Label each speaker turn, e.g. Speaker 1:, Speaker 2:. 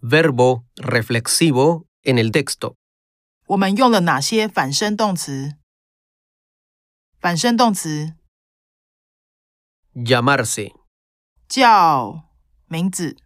Speaker 1: Verbo reflexivo en el texto.
Speaker 2: 我们用了哪些反身动词？反身动词
Speaker 1: Llamarse.
Speaker 2: 叫名字。